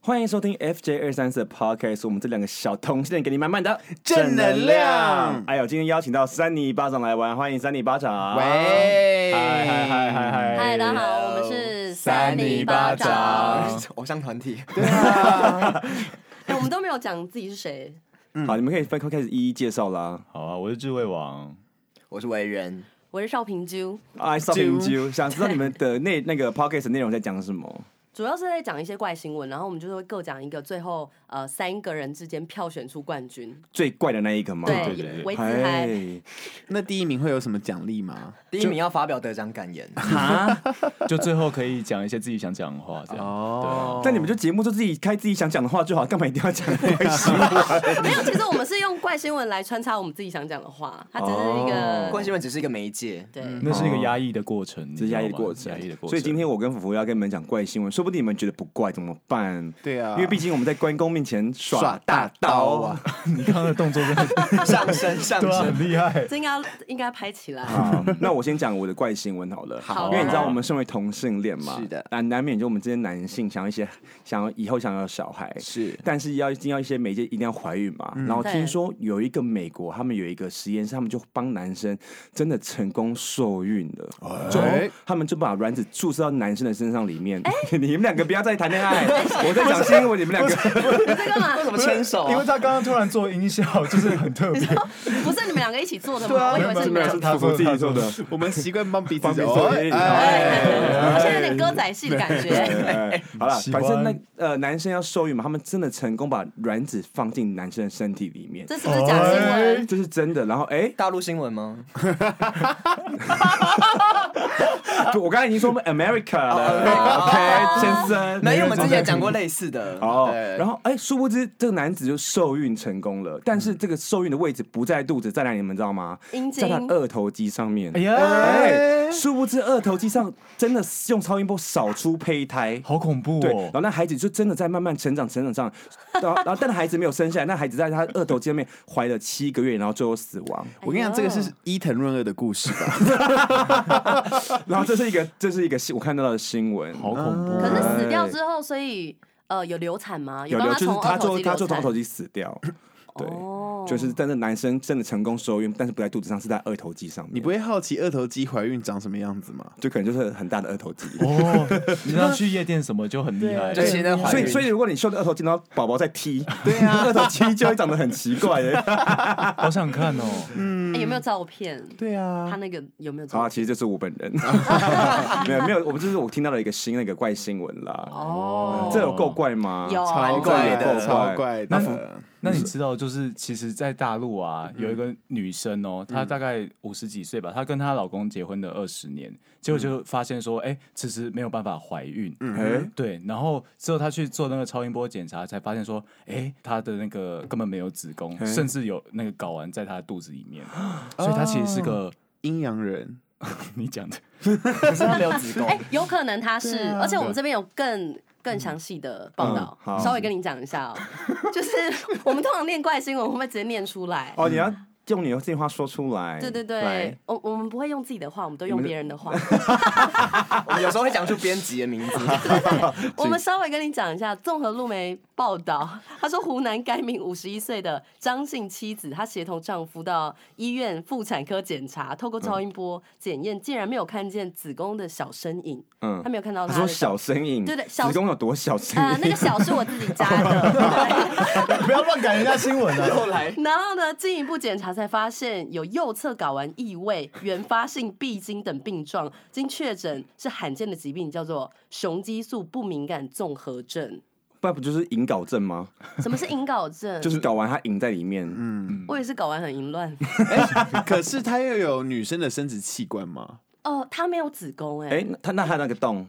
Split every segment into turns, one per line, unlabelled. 欢迎收听 FJ 二三四的 Podcast，我们这两个小同性恋给你满满的
正能量
哎呦，今天邀请到三尼巴掌来玩，欢迎三尼巴
啊
掌。
喂
嗨嗨嗨嗨嗨！
嗨，大家好，我们是
三
零
零
八
巴
掌。
掌，偶像团体。
哎，我们都没有讲自己是谁。
好，你们可以分开开始一一介绍啦。
好啊，我是智慧王。
我是为人，
我是邵平啾，
I s o p i n you，想啊知道你们的内那个 Podcast 内容在讲什么？
主要是在讲一些怪新闻，然后我们就是会各讲一个，最后呃三个人之间票选出冠军。
最怪的那一个吗？
对对对
维兹
嗨
嗨，
那第一名会有什么奖励吗？
第一名要发表得奖感言，
就最后可以讲一些自己想讲的话，这样。
哦，
但你们就节目就自己开自己想讲的话就好，干嘛一定要 讲怪新闻？
没有，其实我们是用怪新闻来穿插我们自己想讲的话，它只是一
哦
个
关新闻只是一个媒介。
对。
那是一个压抑的过程，
这是压抑的
你知道吗
过程，
哦压抑的过程。
所以今天我跟福福要跟你们讲怪新闻，说不定你们觉得不怪怎么办？
对啊
因为毕竟我们在关公面前耍
耍
大刀
大刀
啊
啊。
你刚刚的动作真的
上升上
对啊
升，
很 厉害。
这应该应该拍起来，
好，那我先讲我的怪新闻好了，
好啊
因为你知道我们身为同性恋嘛，
是的
啊，难免就我们这些男性想要一些想要以后想要有小孩，
是
但是要一定要一些媒介一定要怀孕嘛。然后听
对
说有一个美国，他们有一个实验室，他们就帮男生真的成功受孕了，就
哎
他们就把卵子注射到男生的身上里面。你们两个不要再谈恋爱，我在讲新闻，你们两个
你在干嘛？
为什么牵
哦
手啊
因？为他刚刚突然做音效，就是很特别。
不是你们两个一起做的吗？我以为是你们两
啊
个。
他
自己做的。
我们习惯帮彼此
方便
讲
说
哎
哎
哎，好像有点歌仔戏的感觉。
哎 好了，
喜
反
欢
正那呃男生要受孕嘛，他们真的成功把卵子放进男生的身体里面，哎
这是不是假新闻？
这是真的。然后哎、
大陆新闻吗？
不我刚才已经说我们 America 了
哦
，OK，先生，
没有，我们之前讲过类似的。
哦，
对
然后哎，殊不知这个男子就受孕成功了，但是这个受孕的位置不在肚子，在哪里？你们知道吗？
阴
在
茎
呃他二头肌上面。
哎
哎
呀，
殊不知二头肌上真的用超音波扫出胚胎。
好恐怖
对，然
哦！
后那孩子就真的在慢慢成长，成长上，然后然后但孩子没有生下来，那孩子在他二头肌上面怀了七个月，然后最后死亡。
我跟你讲，这个是伊藤润二的故事吧？
然后这是一个这是一个新我看到的新闻，
好恐怖。哦
可是死掉之后，所以呃有流产吗？
有
帮
流就
他
是
从
他
二头
就
肌
他
流
就从二头
产？
肌死掉，对，
哦
就是但是男生真的成功受孕，但是不在肚子上，是在二头肌上面。
你不会好奇二头肌怀孕长什么样子吗？
就可能就是很大的二头肌。
哦，你知道去夜店什么就很厉害，
对现在怀孕
所以，所以如果你秀的二头肌，然后宝宝在踢，对啊，二头肌就会长得很奇怪耶。
好想看
嗯
哦。
哎有没有照片？
对啊
他，那个有没有照
啊，
片？
其实就是我本人，没有没有，我们就是我听到了一个新那个怪新闻啦。
哦
这有够怪吗？
有
超
怪
怪
的
的，
超
超
怪
怪
那
的。
那你知道，就是其实，在大陆啊，有一个女生哦，
嗯
她大概五十几岁吧，她跟她老公结婚的二十年，结果就发现说，哎，其实没有办法怀孕。
哎，
对，然后之后她去做那个超音波检查，才发现说，哎，她的那个根本没有子宫，
嘿
甚至有那个睾丸在她的肚子 里面，所以她其实
哦
是个
阴阳 人，
你讲的
可是他没有子宫
哎，有可能他是，而且我们这边有更。更详细的报道
嗯好，
稍微跟你讲一下哦。 就是我们通常念怪新闻，会不会直接念出来？
哦，你要用你的自己话说出来。
对对
来
对，我我们不会用自己的话，我们都用别人的话。
我们有时候会讲出编辑的名字。
我们稍微跟你讲一下，综合路媒报道， 他说湖南该名五十一岁的张姓妻子，她协同丈夫到医院妇产科检查，透过超音波检验，竟然没有看见子宫的小身影，
嗯
她没有看到
他
她
说
的
小身影，
对对小
子宫有多小 身
呃，那
影
个？小是我自己加的。
不要乱改人家新 闻啊！
后来
对然后呢，进一步检查才发现有右侧睾丸异位、原发性闭经等病状，经确诊是罕见的疾病，叫做雄激素不敏感综合症。
那不就是引睾症吗？
什么是引睾症？
就是睾丸它引在里面。
我也是睾丸很淫乱。
可是他又有女生的生殖器官吗？
哦，他没有子宫哎、
哎，那他那他那个洞，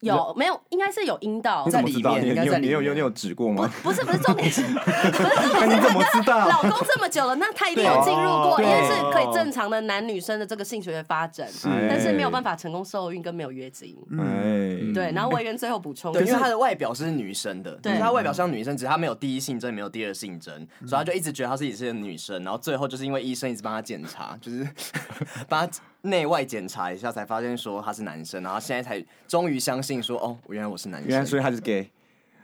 有没有？应该是有阴道
你怎么
在里
知道？
面
你
应该
你有
在
你
里
有你有
面
你有指过
不
吗？
不是不是重点是，不是 重
哎，
点
你
是
怎么知 道？
老公这么久了，那他一定有进入过，
对
因为是可以正常的男女生的这个性学的发展，但是没有办法成功受孕跟没有月经。
哎，
对，然后委员最后补充，
对，因
就
为
是
她的外表是女生的，
对
就是她外表像女生，只是她没有第一性征，没有第二性征，所以她就一直觉得她自己是个女生。然后最后就是因为医生一直帮她检查，就是 帮她内外检查一下，才发现说她是男生。然后现在才终于相信说，哦，原来我是男
原来所
生。
以他是 gay。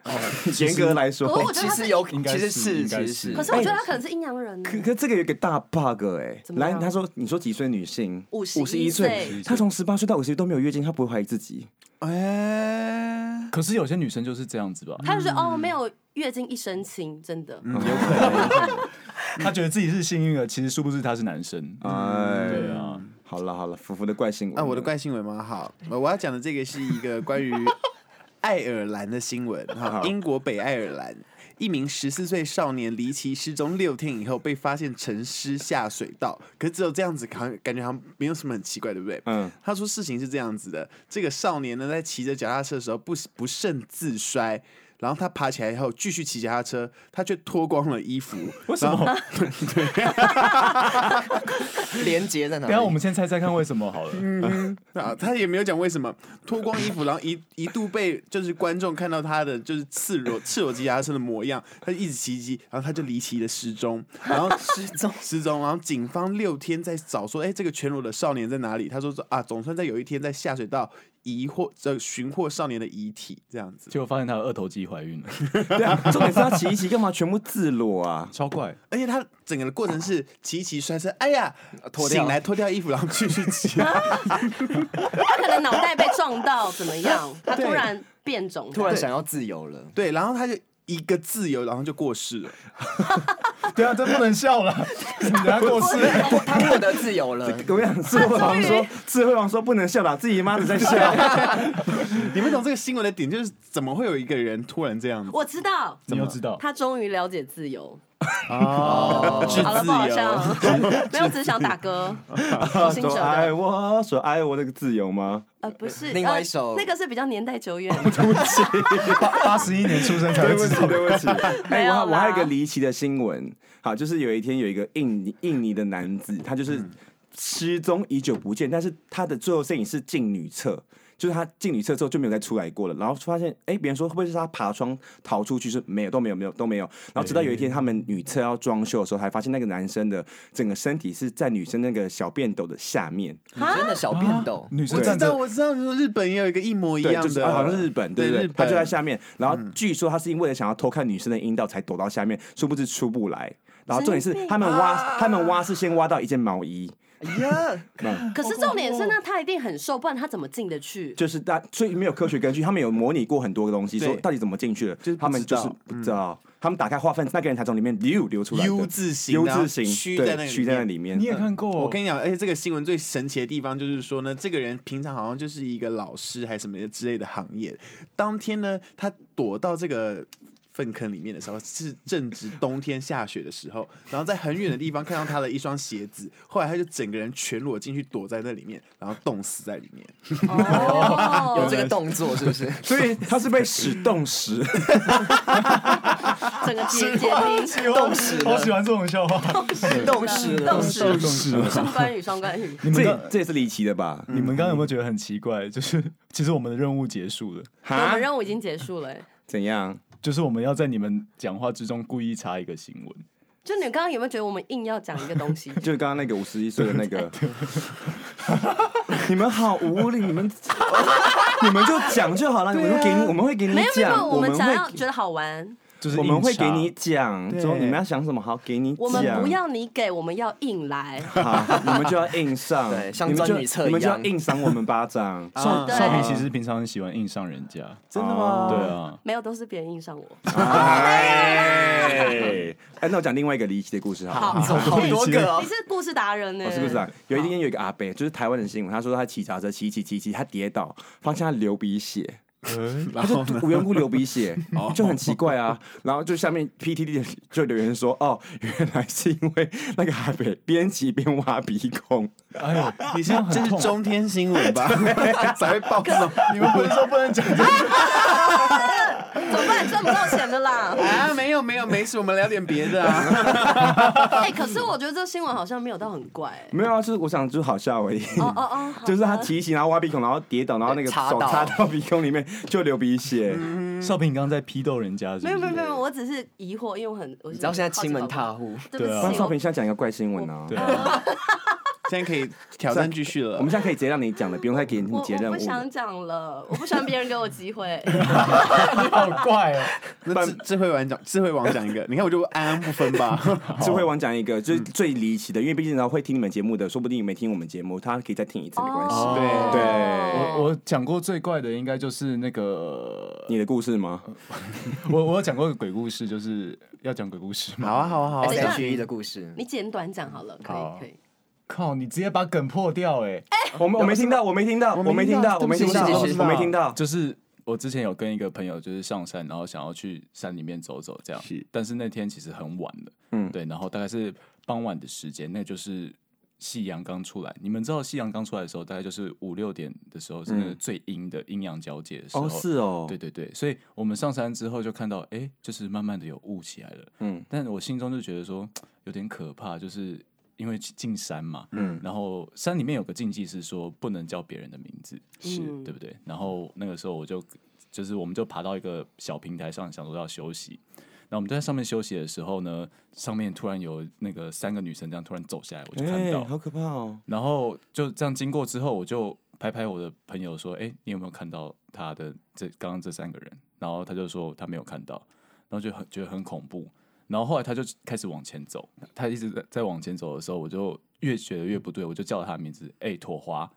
哦
严格来说，
我我觉
其
得他
实
是
有，
应该
其实
是
是，
应该
其实
是
可是我觉得他可能是阴阳人呢，
可可这个有一个大 bug 哎、
怎么
来
样
他说你说几岁女性？
51
51
岁
岁，她从十八岁到五十都没有月经，她不会怀疑自己。
哎，
可是有些女生就是这样子吧，
他就觉得哦，没有月经一身轻，真的。
她觉得自己是幸运儿，其实殊不知她是男生。
哦
哎，
对，啊，
好了好了，福福的怪新闻。
啊，我的怪新闻吗？好，呃我我要讲的这个是一个关 于爱尔兰的新闻哈，英国北爱尔兰。一名十四岁少年离奇失踪六天以后被发现沉尸下水道，可是只有这样子，好像感觉好像没有什么很奇怪，对不对？
嗯，
他说事情是这样子的：这个少年呢，在骑着脚踏车的时候不不慎自摔，然后他爬起来以后继续骑脚踏车，他却脱光了衣服。 为什么？
连接在哪
等
里？
一下我们先猜猜看为什么好了。
啊，他也没有讲为什么脱光衣服，然后一一度被就是观众看到他的就是赤裸赤裸骑脚踏车的模样，他就一直骑骑，然后他就离奇的失踪，然后失踪失踪，然后警方六天在找说，哎、这个全裸的少年在哪里？他说说啊，总算在有一天在下水道疑惑呃寻获少年的遗体这样子，
结果发现她的二头肌怀 孕了，
对啊，重点是她骑一骑干嘛全部自裸 啊？
超怪。
而且他整个的过程是骑一骑摔车，哎呀，
脱掉
醒来脱掉衣服，然后继续骑，啊
他可能脑袋被撞到，怎么样？他突然变种，
突然想要自由了，
对，然后他就一个自由，然后就过世了。
对啊，这不能 笑了，人家过世了。
他他获得自由 了。
我想智慧王 说，智慧王说不能笑啦，自己妈的在笑。
你们懂这个新闻的点就是怎么会有一个人突然这样子
我知道，
你又知道，
他终于了解自由。
哦，致
好了，不好
自由。
笑， 没有，只是想打歌。周星
说
哲
爱
的，
我，说爱我那个自由吗？
呃，不是，
另外一首
呃那个是比较年代 久远。啊
八八十一年出生才
对不
会知
起，
道。
对不起。
没
哎，
有啦
我我还有一个离奇的新闻，好，就是有一天有一个印尼印尼的男子，他就是失踪已久不见，但是他的最后身影是进女厕。就是他进女厕之后就没有再出来过了，然后发现，哎、别人说会不会是他爬窗逃出去？是没有，都没有，没有，都没有。然后直到有一天他们女厕要装修的时候，才发现那个男生的整个身体是在女生那个小便斗的下面。
女生的小便斗，
女生
我知
站
道，
着，
我知道，你说日本也有一个一模一
对，
样
就是
的，
啊好像是日本，对
对
不对
日？
他
本嗯
就在下面，然后据说他是因为了想要偷看女生的阴道才躲到下面，殊不知出不来。然后重点是
神
啊
经病
他们挖，他们挖是先挖到一件毛衣，
啊
哎呀，
可是重点是，那他一定很瘦，不然他怎么进得 去？
就是大，所以没有科学根据，他们有模拟过很多个东西，
对
说到底怎么进去的
就是，不
他们就是
知道嗯
不知道，他们打开化粪，那个人才从里面溜流出来的
U 字形
U
然后
字形
蛆
对
在那个
蛆在那
里
里面
你，也看过？哦
我跟你讲，而且这个新闻最神奇的地方就是说呢，这个人平常好像就是一个老师还是什么之类的行业。当天呢，他躲到这个粪坑里面的时候，是正值冬天下雪的时候，然后在很远的地方看到他的一双鞋子，后来他就整个人全裸进去躲在那里面，然后冻死在里 面。
哦，
有这个动作是 不是？
所 以他是被屎冻死。
整个结结 冰，
冻死
哎好
了，
喜欢这种笑话。
冻死了，
冻死
动死了
双关语，双关 语。
你们刚
这这也是离奇的吧？
你们刚刚有没有觉得很奇怪？ 就是其实我们的任务结束了，
我
啊
哈
们，任务已经结束了、欸，
怎样？
就是我们要在你们讲话之中故意插一个新闻。
就你刚刚有没有觉得我们硬要讲一个东 西？
就是刚刚那个五十一岁的那个， 你们好无理，你们你们就讲就好了，我们会给你，我们会给你
没有没有没
讲，
有，我们
会
想要觉得好玩，
就是
我
硬
们会
插
给你讲，
对
之后你们要想什么好给你讲，
我们不要你给，我们要硬来。
好，你们就要硬上，
对像
你们
钻女
就
厕
你们就要
一样哦
硬赏我们巴 掌，
少
对
少平，其实平常很喜欢硬上人家。
真的吗？
对啊，
没有，都是别人硬上我。
哎，啊哎，那我讲另外一个离奇的故事好了。
好，
好多个哦
你，是故事达人呢、欸
哦，是不是啊？有一天有一个阿伯，就是台湾的新闻，他说他骑脚踏车骑一骑骑一骑，他跌倒，发现他流鼻血，
然后呢，哦
无缘无故流鼻 血，就很奇怪啊。然后就下面 PTT 的就留言说，哦，原来是因为那个阿北边骑边挖鼻孔，
哎呦，你
这
这样很
这是
痛。
中天新闻吧？才会报这 种。。
你们不是说不能讲这个？
怎么办？赚不到钱的啦
啊，没有没有，没事，我们聊点别的啊。
哎、可是我觉得这新闻好像没有到很怪、欸。
没有啊，就是我想就是好笑而已。
哦哦哦，好
就是他骑一骑，然后挖鼻孔，然后跌倒，然后那个
插
手
到
插到鼻孔里面就流鼻血。
嗯
少平，你刚刚在批斗人家是不
没
是？
有没有没有，我只是疑惑，因为我很，我你
你知道现在亲门踏户，
对不
对啊
那
起，
少平
我
现在讲一个怪新闻啊，
对啊，
现在可以挑战继续了
我。们现在可以直接让你讲了，不用再给
我
你接
我
任
不
务。
想讲了，我不喜欢别人给我机 会。
好怪哦、
那智智慧王讲，智慧王讲一个，你看我就安安不分吧。
智慧王讲一个
嗯
就是最离奇的，因为毕竟呢会听你们节目的，说不定没听我们节目，他可以再听一次没关系。
哦
对
对
我我讲过最怪的应该就是那个，
你的故事吗？
我我有讲过鬼故事，就是要讲鬼故事吗？
好啊，好啊，
哦
好啊
哎等一下
学 E 医的故事，
你简短讲好了，可
好
以可以。
靠，你直接把梗破掉哎、
我没我没听到，我没听到，我没听到，我没听到，
对不起
我没听到。
就是我之前有跟一个朋友就是上山，然后想要去山里面走走这样，但是那天其实很晚了，
嗯
嗯，对，然后大概是傍晚的时间，那就是夕阳刚出来。你们知道夕阳刚出来的时候，大概就是五六点的时候，是那个
嗯
最阴的阴阳交界的时候。
哦，是哦，
对对对，所以我们上山之后就看到，哎、就是慢慢的有雾起来了。
嗯
但我心中就觉得说有点可怕，就是因为进山嘛，
嗯
然后山里面有个禁忌是说不能叫别人的名字，
是嗯
对不对？然后那个时候我就就是我们就爬到一个小平台上，想说要休息。那我们就在上面休息的时候呢，上面突然有那个三个女生这样突然走下来，我就看到，
哎好可怕哦。
然后就这样经过之后，我就拍拍我的朋友说：“哎、你有没有看到他的这刚刚这三个人？”然后他就说他没有看到，然后就很觉得很恐怖。然后后来他就开始往前走，他一直在在往前走的时候，我就越觉得越不对，我就叫他的名字，哎、妥花，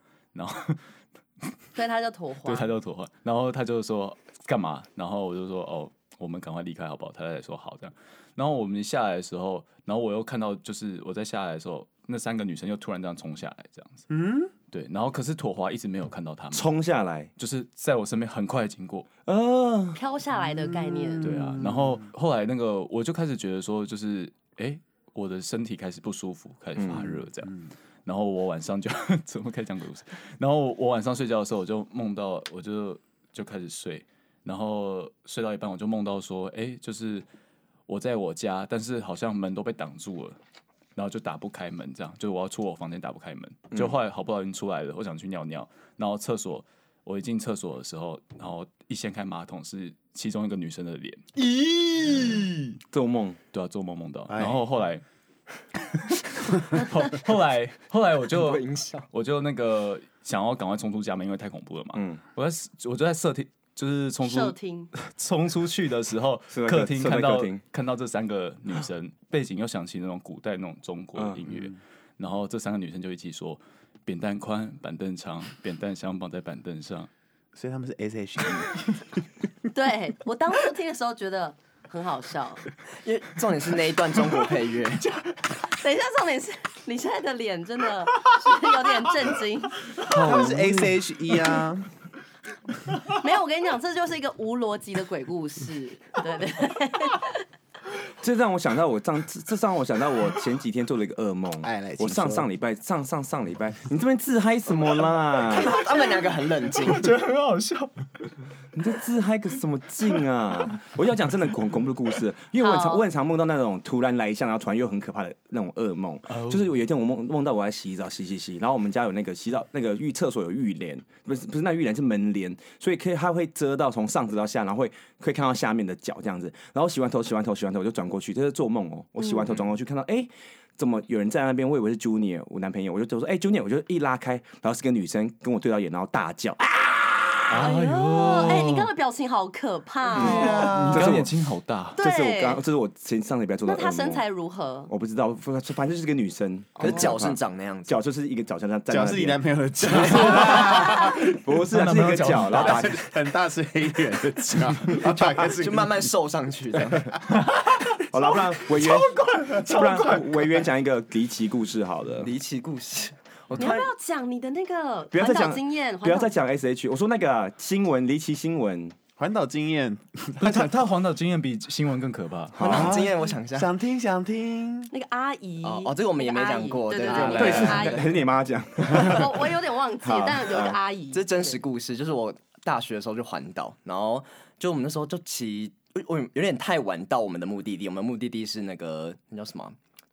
所以他叫火花
对，他，叫妥花。然后他就说干嘛？然后我就说哦，我们赶快离开好不好？他才说好这样。然后我们下来的时候，然后我又看到，就是我在下来的时候，那三个女生又突然这样冲下来，这样子。嗯，对。然后可是妥华一直没有看到他们，
冲下来
就是在我身边很快地经过。
啊！
飘下来的概念。
对啊。然后后来那个我就开始觉得说，就是哎、诶我的身体开始不舒服，开始发热这样。然后我晚上就 怎么开始讲鬼故事？然后我晚上睡觉的时候，我就梦到，我就就开始睡，然后睡到一半，我就梦到说，哎、就是我在我家，但是好像门都被挡住了，然后就打不开门，这样，就是我要出我房间打不开门，就后来好不容易出来了，我想去尿尿，然后厕所，我一进厕所的时候，然后一掀开马桶是其中一个女生的脸，
做梦，
对啊，做梦梦到，
哎
然后后来。后后来后来我就
影响。
我就那个想要赶快冲出家门，因为太恐怖了嘛。
嗯
我在我就在客厅，就是冲
射
出
听，
冲出去的时候
是在，客
客厅
是在
看
客
到
厅
看到这三个女生，背景又响起那种古代那种中国
嗯
的音乐，然后这三个女生就一起说：“扁担宽，板凳长，扁担相绑在板凳上。
所以他们是 S H E，
对我当初听的时候觉得很好笑。
因为重点是那一段中国 配乐，
等一下，重点是你现在的脸真的是有点震惊。
他们是 S H E 啊。
没有，我跟你讲，这就是一个无逻辑的鬼故 事。对对
这让我想到我上， 这这让我想到我前几天做了一个噩梦
哎来。
我
请
上
说
上礼拜，上上上礼拜，你这边自嗨什么啦？
他们两个很冷 静，”
觉得很好笑。
你在自嗨个什么劲啊！我要讲真的恐恐怖的故事，因为我很常
好
我很常梦到那种突然来一下，然后突然又很可怕的那种噩梦。就是有一天我梦梦到我在洗澡，洗洗洗，然后我们家有那个洗澡那个浴厕所有浴帘，不是不是那浴帘是门帘，所以可以它会遮到从上子到下，然后会可以看到下面的脚这样子。然后洗完头洗完头洗完头我就转过去，这是做梦哦。我洗完头转过去看到哎。怎么有人在那边？我以为是 Junior，我男朋友，我就就说：“哎、j u n i o r 我就一拉开，然后是个女生跟我对到眼，然后大叫，啊、
哎
对，
呦
哦，，哎，你刚刚的表情好可怕哦。
你
这是
刚刚
我
眼睛好 大。
啊
这是我
对
刚，这是我前上礼拜做的
那
噩梦。
她身材如何？
我不知道，反反哦正就是个女生，
可是脚是长那样 子，
脚就是一个脚像这样站在
脚
那边，
是你男朋友的脚，
不是啊，
她
是一
男朋
个
友脚
脚，然后打
很大是黑人的脚，然后打开是
就慢慢瘦上去的。
好了，不然委员，不然委员讲一个离奇故事好了，
离奇故事，我
你
突
要不
然
要讲你的那个
不要再
环岛
讲
经验？
不要
环岛
再讲 S H，我说那个啊新闻离奇新闻，
环岛经验，
他他他环岛经验比新闻更可怕。
很冷经验，我想一下。
想听想听，
那个阿姨
哦哦这个我们也没讲过
那个
对
阿姨
对
对
对
对，阿姨，
是你妈讲，
我我有点忘记
好，
但有一个阿姨，
这是真实故事，就是我大学的时候去环岛，然后就我们那时候就骑，我我有点太晚到我们的目的地，我们目的地是那个那叫什么啊？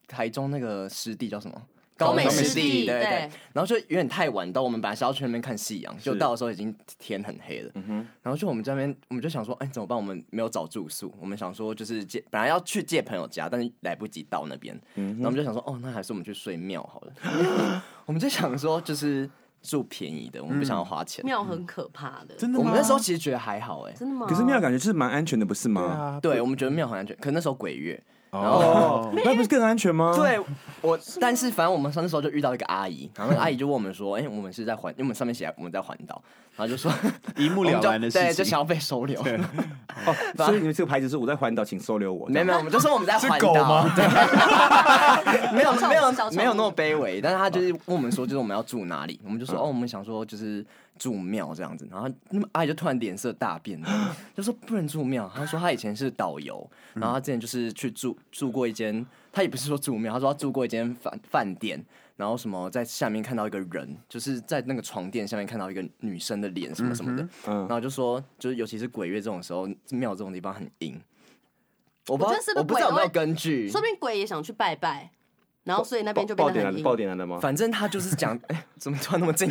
台中那个湿地叫什么？
高
美湿
地
对
对
对。然后就有点太晚到，我们本来是要去那边看夕阳，就到的时候已经天很黑
嗯
了。然后就我们这边，我们就想说，哎，怎么办？我们没有找住宿，我们想说就是借，本来要去
嗯
借朋友家，但是来不及到那边。然后我们就想说，哦，那还是我们去睡庙好了。 我们就想说就是住便宜的，我们不想要花钱。
庙很可怕的，
真的
我
吗？
们那时候其实觉得还好哎、
真的吗？
可是庙感觉就是蛮安全的，不是
对
吗？
啊，
对我们觉得庙很安全，可那时候鬼月，
哦，
那不是更安全吗？，
对我，但是反正我们那时候就遇到一个阿姨，然后那个阿姨就问我们说：“哎、我们是在环，因为我们上面写我们在环岛，然后就说
一目
我
了
们就
然的
对，
事
就
情
想。要被收 留。
所以你们这个牌子是我在环岛，请收留我。
没有没有，我们就说我们 在环
狗
岛
吗，
对没有
小丑
没有
小丑
没有那么卑微，但是他就是问我们说，就是我们要住哪里，我们就
嗯
说哦，我们想说就是住庙这样子，然后那么阿姨就突然脸色大变，就说不能住庙，她说她以前是导游，
嗯
然后她之前就是去住住过一间，她也不是说住庙，她说她住过一间饭饭店。然后什么在下面看到一个人，就是在那个床垫下面看到一个女生的脸什么什么的，
嗯
然后就说，就是尤其是鬼月这种时候，庙这种地方很阴。我不
我
知
觉得是，不
道
是
我不知道有没有
鬼
根据
说。不定鬼也想去拜拜，然后所以那边就变
爆
得
点来
很
了，
阴。
爆点来了吗？
反正他就是讲， 哎，怎么突然那么近？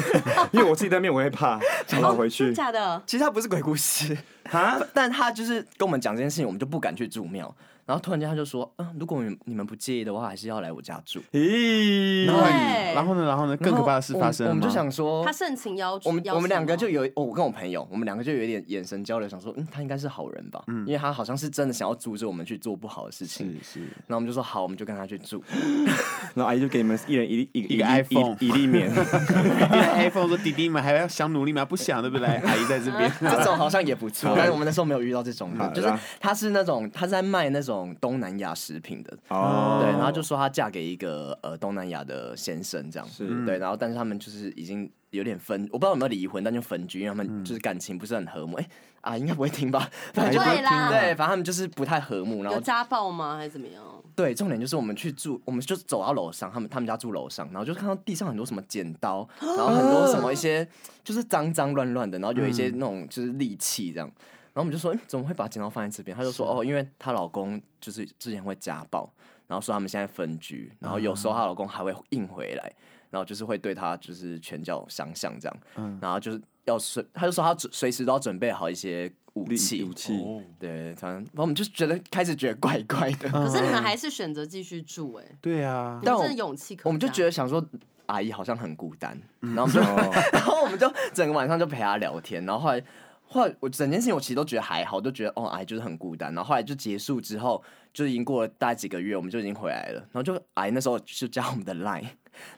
因为我自己在面我会怕，好了，回
真
去
的假的？
其实他不是鬼故事，
啊。
但他就是跟我们讲这件事情，我们就不敢去住庙。然后突然间他就说，嗯，如果你们你们不介意的话，还是要来我家住。
咦，
然后对
然后呢？然后呢？更可怕的事发生了
我
吗？
们就想说
他，盛情邀
我们
邀
我们
请
两
吗
个就有，哦我跟我朋友，我们两个就有点眼神交流，想说，嗯，他应该是好人吧？因为他好像是真的想要阻止我们去做不好的事情。
嗯是
然后我们就说好，我们就跟他去住。
然后阿姨就给你们一人一一
一个 iPhone
一一粒 棉。
iPhone 说弟弟们还要想努力吗？不想对不对？阿姨在这边，
这种好像也不 错，但是我们那时候没有遇到这种
好啦
的，就是她是那种她是在卖那种东南亚食品的，
哦，
对，然后就说她嫁给一个呃东南亚的先生这样，
是
对，然后但是他们就是已经有点分，我不知道有没有离婚，但就分居，因为他们就是感情不是很和睦，哎啊应该不会听 吧，反嗯啊正就不会
对啦
对，反正他们就是不太和睦，然后
有家暴吗？还是怎么样？
对，重点就是我们去住，我们就走到楼上，他们他们家住楼上，然后就看到地上很多什么剪刀，然后很多什么一些就是脏脏乱乱的，然后有一
嗯
些那种就是利器这样。然后我们就说，嗯，怎么会把剪刀放在这边？她就说，哦，因为她老公就是之前会家暴，然后说他们现在分居，然后有时
啊
候她老公还会硬回来，然后就是会对她就是拳脚相向这样，
嗯
然后就是要随，她就说她随时都要准备好一些武器，
武器
哦对，反正然后我们就觉得开始觉得怪怪的，
可是你们还是选择继续住哎、欸，
对啊，
嗯但
你们
我
真的勇气可嘉。
我们就觉得想说，阿姨好像很孤单，然后我们就， 然后我们就整个晚上就陪她聊天，然后后来，后来我整件事情我其实都觉得还好，都觉得哦，阿姨就是很孤单。然后后来就结束之后，就已经过了大概几个月，我们就已经回来了。然后就阿姨那时候就加我们的 line，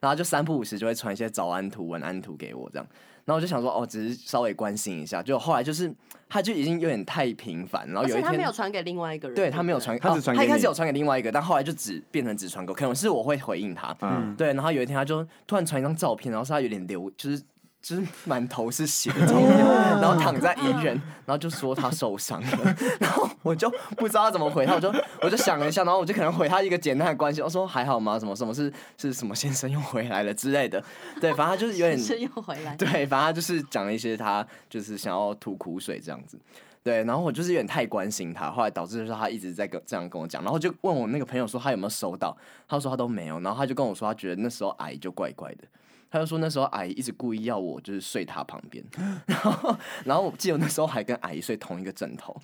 然 后就三不五时就会传一些早安图、晚安图给我这样。然后我就想说，哦，只是稍微关心一下。就后来就是，她就已经有点太频繁，然后
而
有
且
一
他
天
没有传给另外一个人，
对
不
他没有传，
他只
哦
传
他
给
一开始
你
有传给另外一个，但后来就只变成只传给我，可能是我会回应他。
嗯
对，然后有一天他就突然传一张照片，然后是他有点流，就是就是满头是血的照片，然后躺在医院，然后就说他受伤了， 然后我就不知道怎么回他，我就我就想了一下，然后我就可能回他一个简单的关心，我说还好吗？什么什么是是什么先生又回来了之类的，对，反正他就是有 点
是又回来。
对，反正他就是讲了一些他就是想要吐苦水这样子。对，然后我就是有点太关心他，后来导致就是他一直在跟这样跟我讲，然后就问我那个朋友说他有没有收到，他说他都没有，然后他就跟我说他觉得那时候阿姨就怪怪的，他就说那时候阿姨一直故意要我就是睡他旁边， 然后然后我记得我那时候还跟阿姨睡同一个枕头，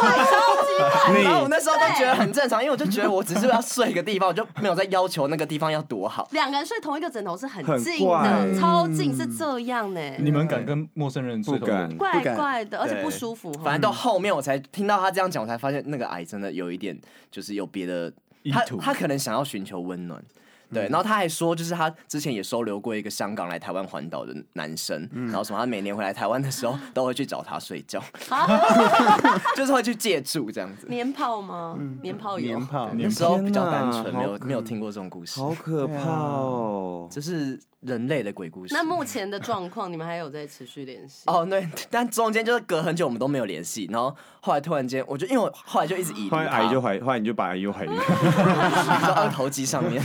然后我那时候就觉得很正常，因为我就觉得我只是要睡一个地方，我就没有在要求那个地方要多好。
两个人睡同一个枕头是很
很
近
怪
嗯
的，超近是这样呢、
你们敢跟陌生人
不
睡同一个
敢
人
怪
不敢
怪的，而且
对
不舒服哈。
反正到后面我才听到他这样讲，我才发现那个癌真的有一点，就是有别的，他
意图
他可能想要寻求温暖。
嗯
对，然后他还说，就是他之前也收留过一个香港来台湾环岛的男生，
嗯
然后什么他每年回来台湾的时候都会去找他睡觉， 就是会去借住这样子。
年炮吗？
嗯
年炮有
年炮
那时候比较
天哪
单纯，
啊好
没有
可
没有听过这种故事，
好可怕哦！
这是人类的鬼故事。
那目前的状况，你们还有在持续联系？
哦，对，但中间就是隔很久我们都没有联系，然后后来突然间，我就因为我后来就一直以
后来阿姨就
怀
怀，后来你就把阿姨又怀孕，
在二头肌上面，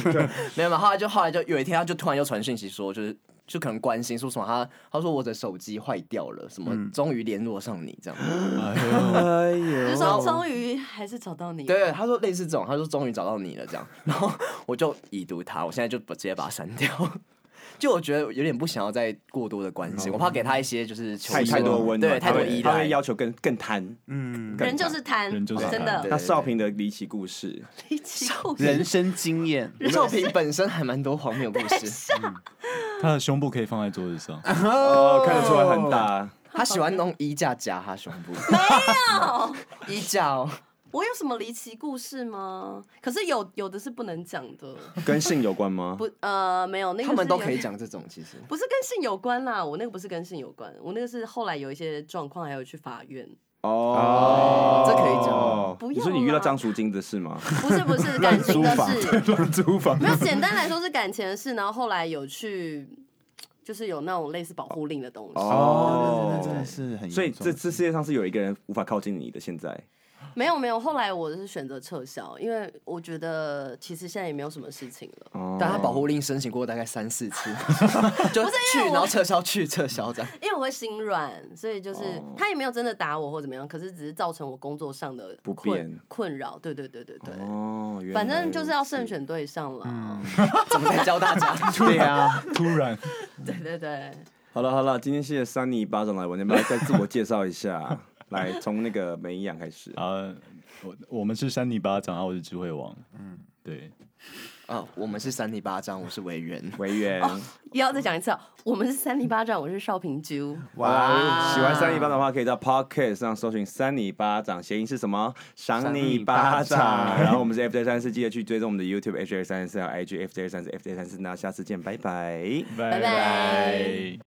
没有嘛？后来就后来就有一天，他就突然又传讯息说，就是就可能关心说什么他他说我的手机坏掉了，什么终于联络上你这样，
哎
就是
呦，
说终于还是找到你了，
对，他说类似这种，他说终于找到你了这样，然后我就已读他，我现在就把直接把他删掉。就我觉得有点不想要再过多的关心，我怕给他一些就是求
太
生
太多温暖，
对太多
他会
依
他会
赖。
要求更更贪。
嗯，
更
人就
贪
是贪，
人就是贪
真的
对
那少平的离奇故事，
离奇 故事
人生经验，
作品本身还蛮多荒谬故事，
他的胸部可以放在桌子上，
哦，看得出来很大。
他喜欢弄衣架夹他胸部，
哦
衣架哦，
我有什么离奇故事吗？可是有有的是不能讲的，
跟性有关吗？
不呃没有那个
他们
是
都
有
可以讲这种其实。
不是跟性有关啦，我那个不是跟性有关，我那个是后来有一些状况，还有去法院。
哦，
这可以讲吗
不要
你说你遇到
啦
张淑晶的事吗？
不是不是感情的
租房
事，
租房
没有简单来说是感情的事，然后后来有去就是有那种类似保护令的东西，
哦
那真的是很严重，
所以这这世界上是有一个人无法靠近你的。现在
没有没有，后来我是选择撤销，因为我觉得其实现在也没有什么事情了。
哦，
但他保护令申请过大概三四 次，就去
因为我
然后撤销去撤销这样。
因为我会心软，所以就是、
哦
他也没有真的打我或怎么样，可是只是造成我工作上的
不
困
便
困扰。对对对对对，
哦，原来
反正就是要慎
如此。
选对象了。
怎么在教大 家？
对
啊
呀，突然
对 对对，
好了好了，今天谢谢三尼巴掌来，我那边再自我介绍一下， 来从那个美养开始。
啊，我我们是山泥巴掌，然后我是智慧王，嗯，对，
啊，我们是三里八章，我是委员。
维园，
又要再讲一次、哦，我们是三零八站，我是邵平啾。
哇！喜欢三尼巴掌的话，可以到 Pocket 上搜寻“三尼巴掌”，谐音是什么？赏你巴掌。
赏你巴掌
然后我们是 FJ 三四，记得去追踪我们的 YouTube HJ 三四，还有 IG FJ 三四 FJ 三四。那下次见，拜拜。
拜拜